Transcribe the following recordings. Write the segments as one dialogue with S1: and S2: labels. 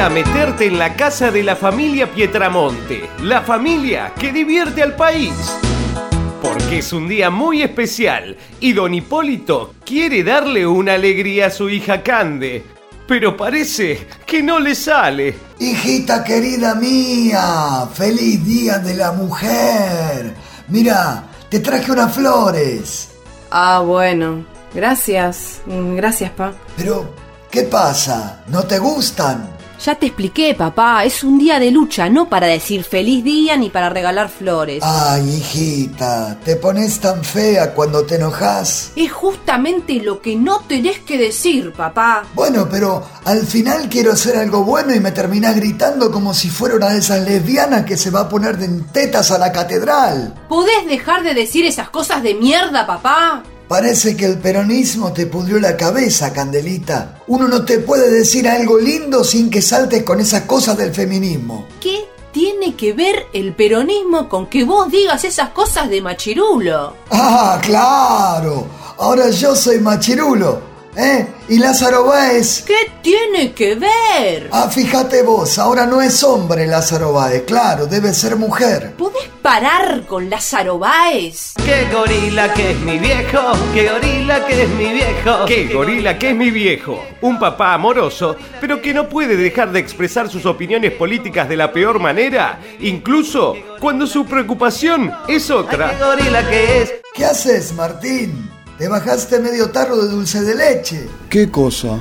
S1: a meterte en la casa de la familia Pietramonte, la familia que divierte al país. Porque es un día muy especial y don Hipólito quiere darle una alegría a su hija Cande, pero parece que no le sale.
S2: Hijita querida mía, feliz día de la mujer. Mira, te traje unas flores.
S3: Ah, bueno. Gracias. Mm, Gracias, pa.
S2: Pero, ¿qué pasa? ¿No te gustan?
S4: Ya te expliqué, papá, es un día de lucha, no para decir feliz día ni para regalar flores.
S2: Ay, hijita, te pones tan fea cuando te enojas.
S4: Es justamente lo que no tenés que decir, papá.
S2: Bueno, pero al final quiero hacer algo bueno y me terminás gritando como si fuera una de esas lesbianas que se va a poner de en tetas a la catedral.
S4: ¿Podés dejar de decir esas cosas de mierda, papá?
S2: Parece que el peronismo te pudrió la cabeza, Candelita. Uno no te puede decir algo lindo sin que saltes con esas cosas del feminismo.
S4: ¿Qué tiene que ver el peronismo con que vos digas esas cosas de machirulo?
S2: Ah, claro. Ahora yo soy machirulo. ¿Eh? Y Lázaro Báez.
S4: ¿Qué tiene que ver?
S2: Ah, fíjate vos, ahora no es hombre Lázaro Báez, claro, debe ser mujer.
S4: ¿Podés parar con Lázaro Báez?
S1: ¡Qué gorila que es mi viejo! ¡Qué gorila que es mi viejo! ¡Qué gorila que es mi viejo! Un papá amoroso, pero que no puede dejar de expresar sus opiniones políticas de la peor manera, incluso cuando su preocupación es otra. ¡Qué gorila que es!
S2: ¿Qué haces, Martín? Te bajaste medio tarro de dulce de leche.
S5: ¿Qué cosa?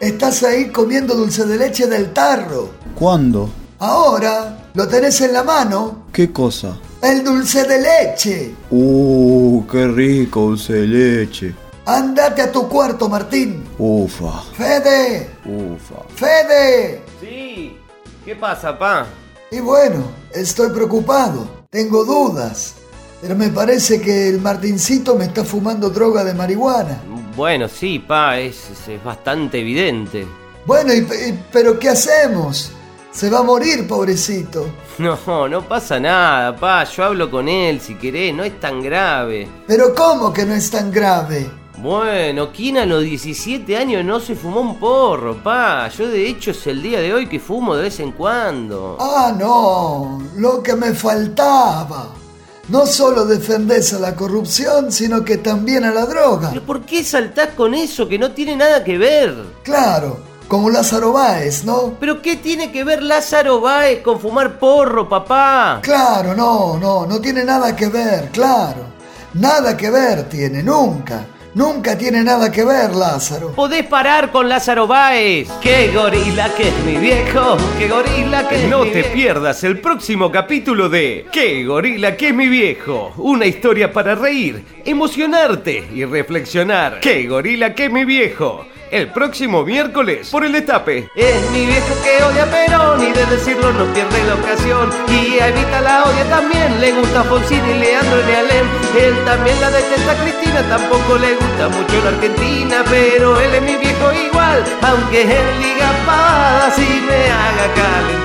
S2: Estás ahí comiendo dulce de leche del tarro.
S5: ¿Cuándo?
S2: Ahora lo tenés en la mano,
S5: ¿Qué cosa?
S2: el dulce de leche.
S5: Uh, qué rico dulce de leche.
S2: Andate a tu cuarto, Martín.
S5: Ufa,
S2: Fede,
S5: ufa.
S2: Fede.
S1: Sí. ¿Qué pasa, pa?
S2: Y bueno, estoy preocupado, tengo dudas. Pero me parece que el Martincito me está fumando droga de marihuana.
S1: Bueno, sí, pa, es, es- es bastante evidente.
S2: Bueno, y, y- pero ¿qué hacemos? Se va a morir, pobrecito.
S1: No, no pasa nada, pa. Yo hablo con él si querés, no es tan grave.
S2: Pero ¿cómo que no es tan grave?
S1: Bueno, ¿quién a los 17 años no se fumó un porro, pa? Yo de hecho es el día de hoy que fumo de vez en cuando.
S2: Ah, no, lo que me faltaba. No solo defendés a la corrupción, sino que también a la droga.
S1: ¿Pero por qué saltás con eso que no tiene nada que ver?
S2: Claro, como Lázaro Báez, ¿no?
S1: ¿Pero qué tiene que ver Lázaro Báez con fumar porro, papá?
S2: Claro, no, no, no tiene nada que ver, claro. Nada que ver tiene, nunca. Nunca tiene nada que ver, Lázaro.
S1: Podés parar con Lázaro Báez. ¡Qué gorila que es mi viejo! ¡Qué gorila que es No te pierdas el próximo capítulo de ¡Qué gorila que es mi viejo! Una historia para reír, emocionarte y reflexionar. ¡Qué gorila que es mi viejo! El próximo miércoles por el destape. Es mi viejo que odia a Perón y de decirlo no pierde la ocasión. Y a Evita la odia también, le gusta Fonsín y Leandro y Alem. Él también la detesta a Cristina, tampoco le gusta mucho la Argentina, pero él es mi viejo igual, aunque él diga paz y me haga calentar.